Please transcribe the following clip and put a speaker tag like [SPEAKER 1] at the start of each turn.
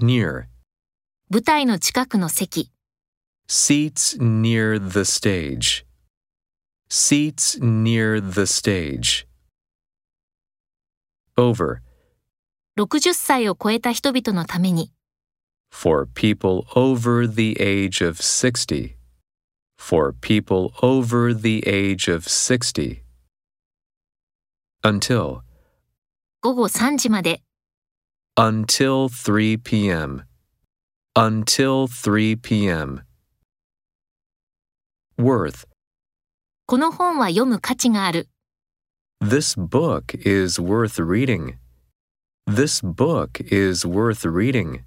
[SPEAKER 1] near.
[SPEAKER 2] 舞台の近くの席、
[SPEAKER 1] Seats near the stage. Seats near the stage. Over.
[SPEAKER 2] 60歳を超えた人々のために、
[SPEAKER 1] For people over the age of 60. For people over the age of 60. Until.
[SPEAKER 2] 午後3時まで、
[SPEAKER 1] Until 3 p.m. Until 3 p.m. Worth.
[SPEAKER 2] この本は読む価値がある。
[SPEAKER 1] This book is worth reading. This book is worth reading.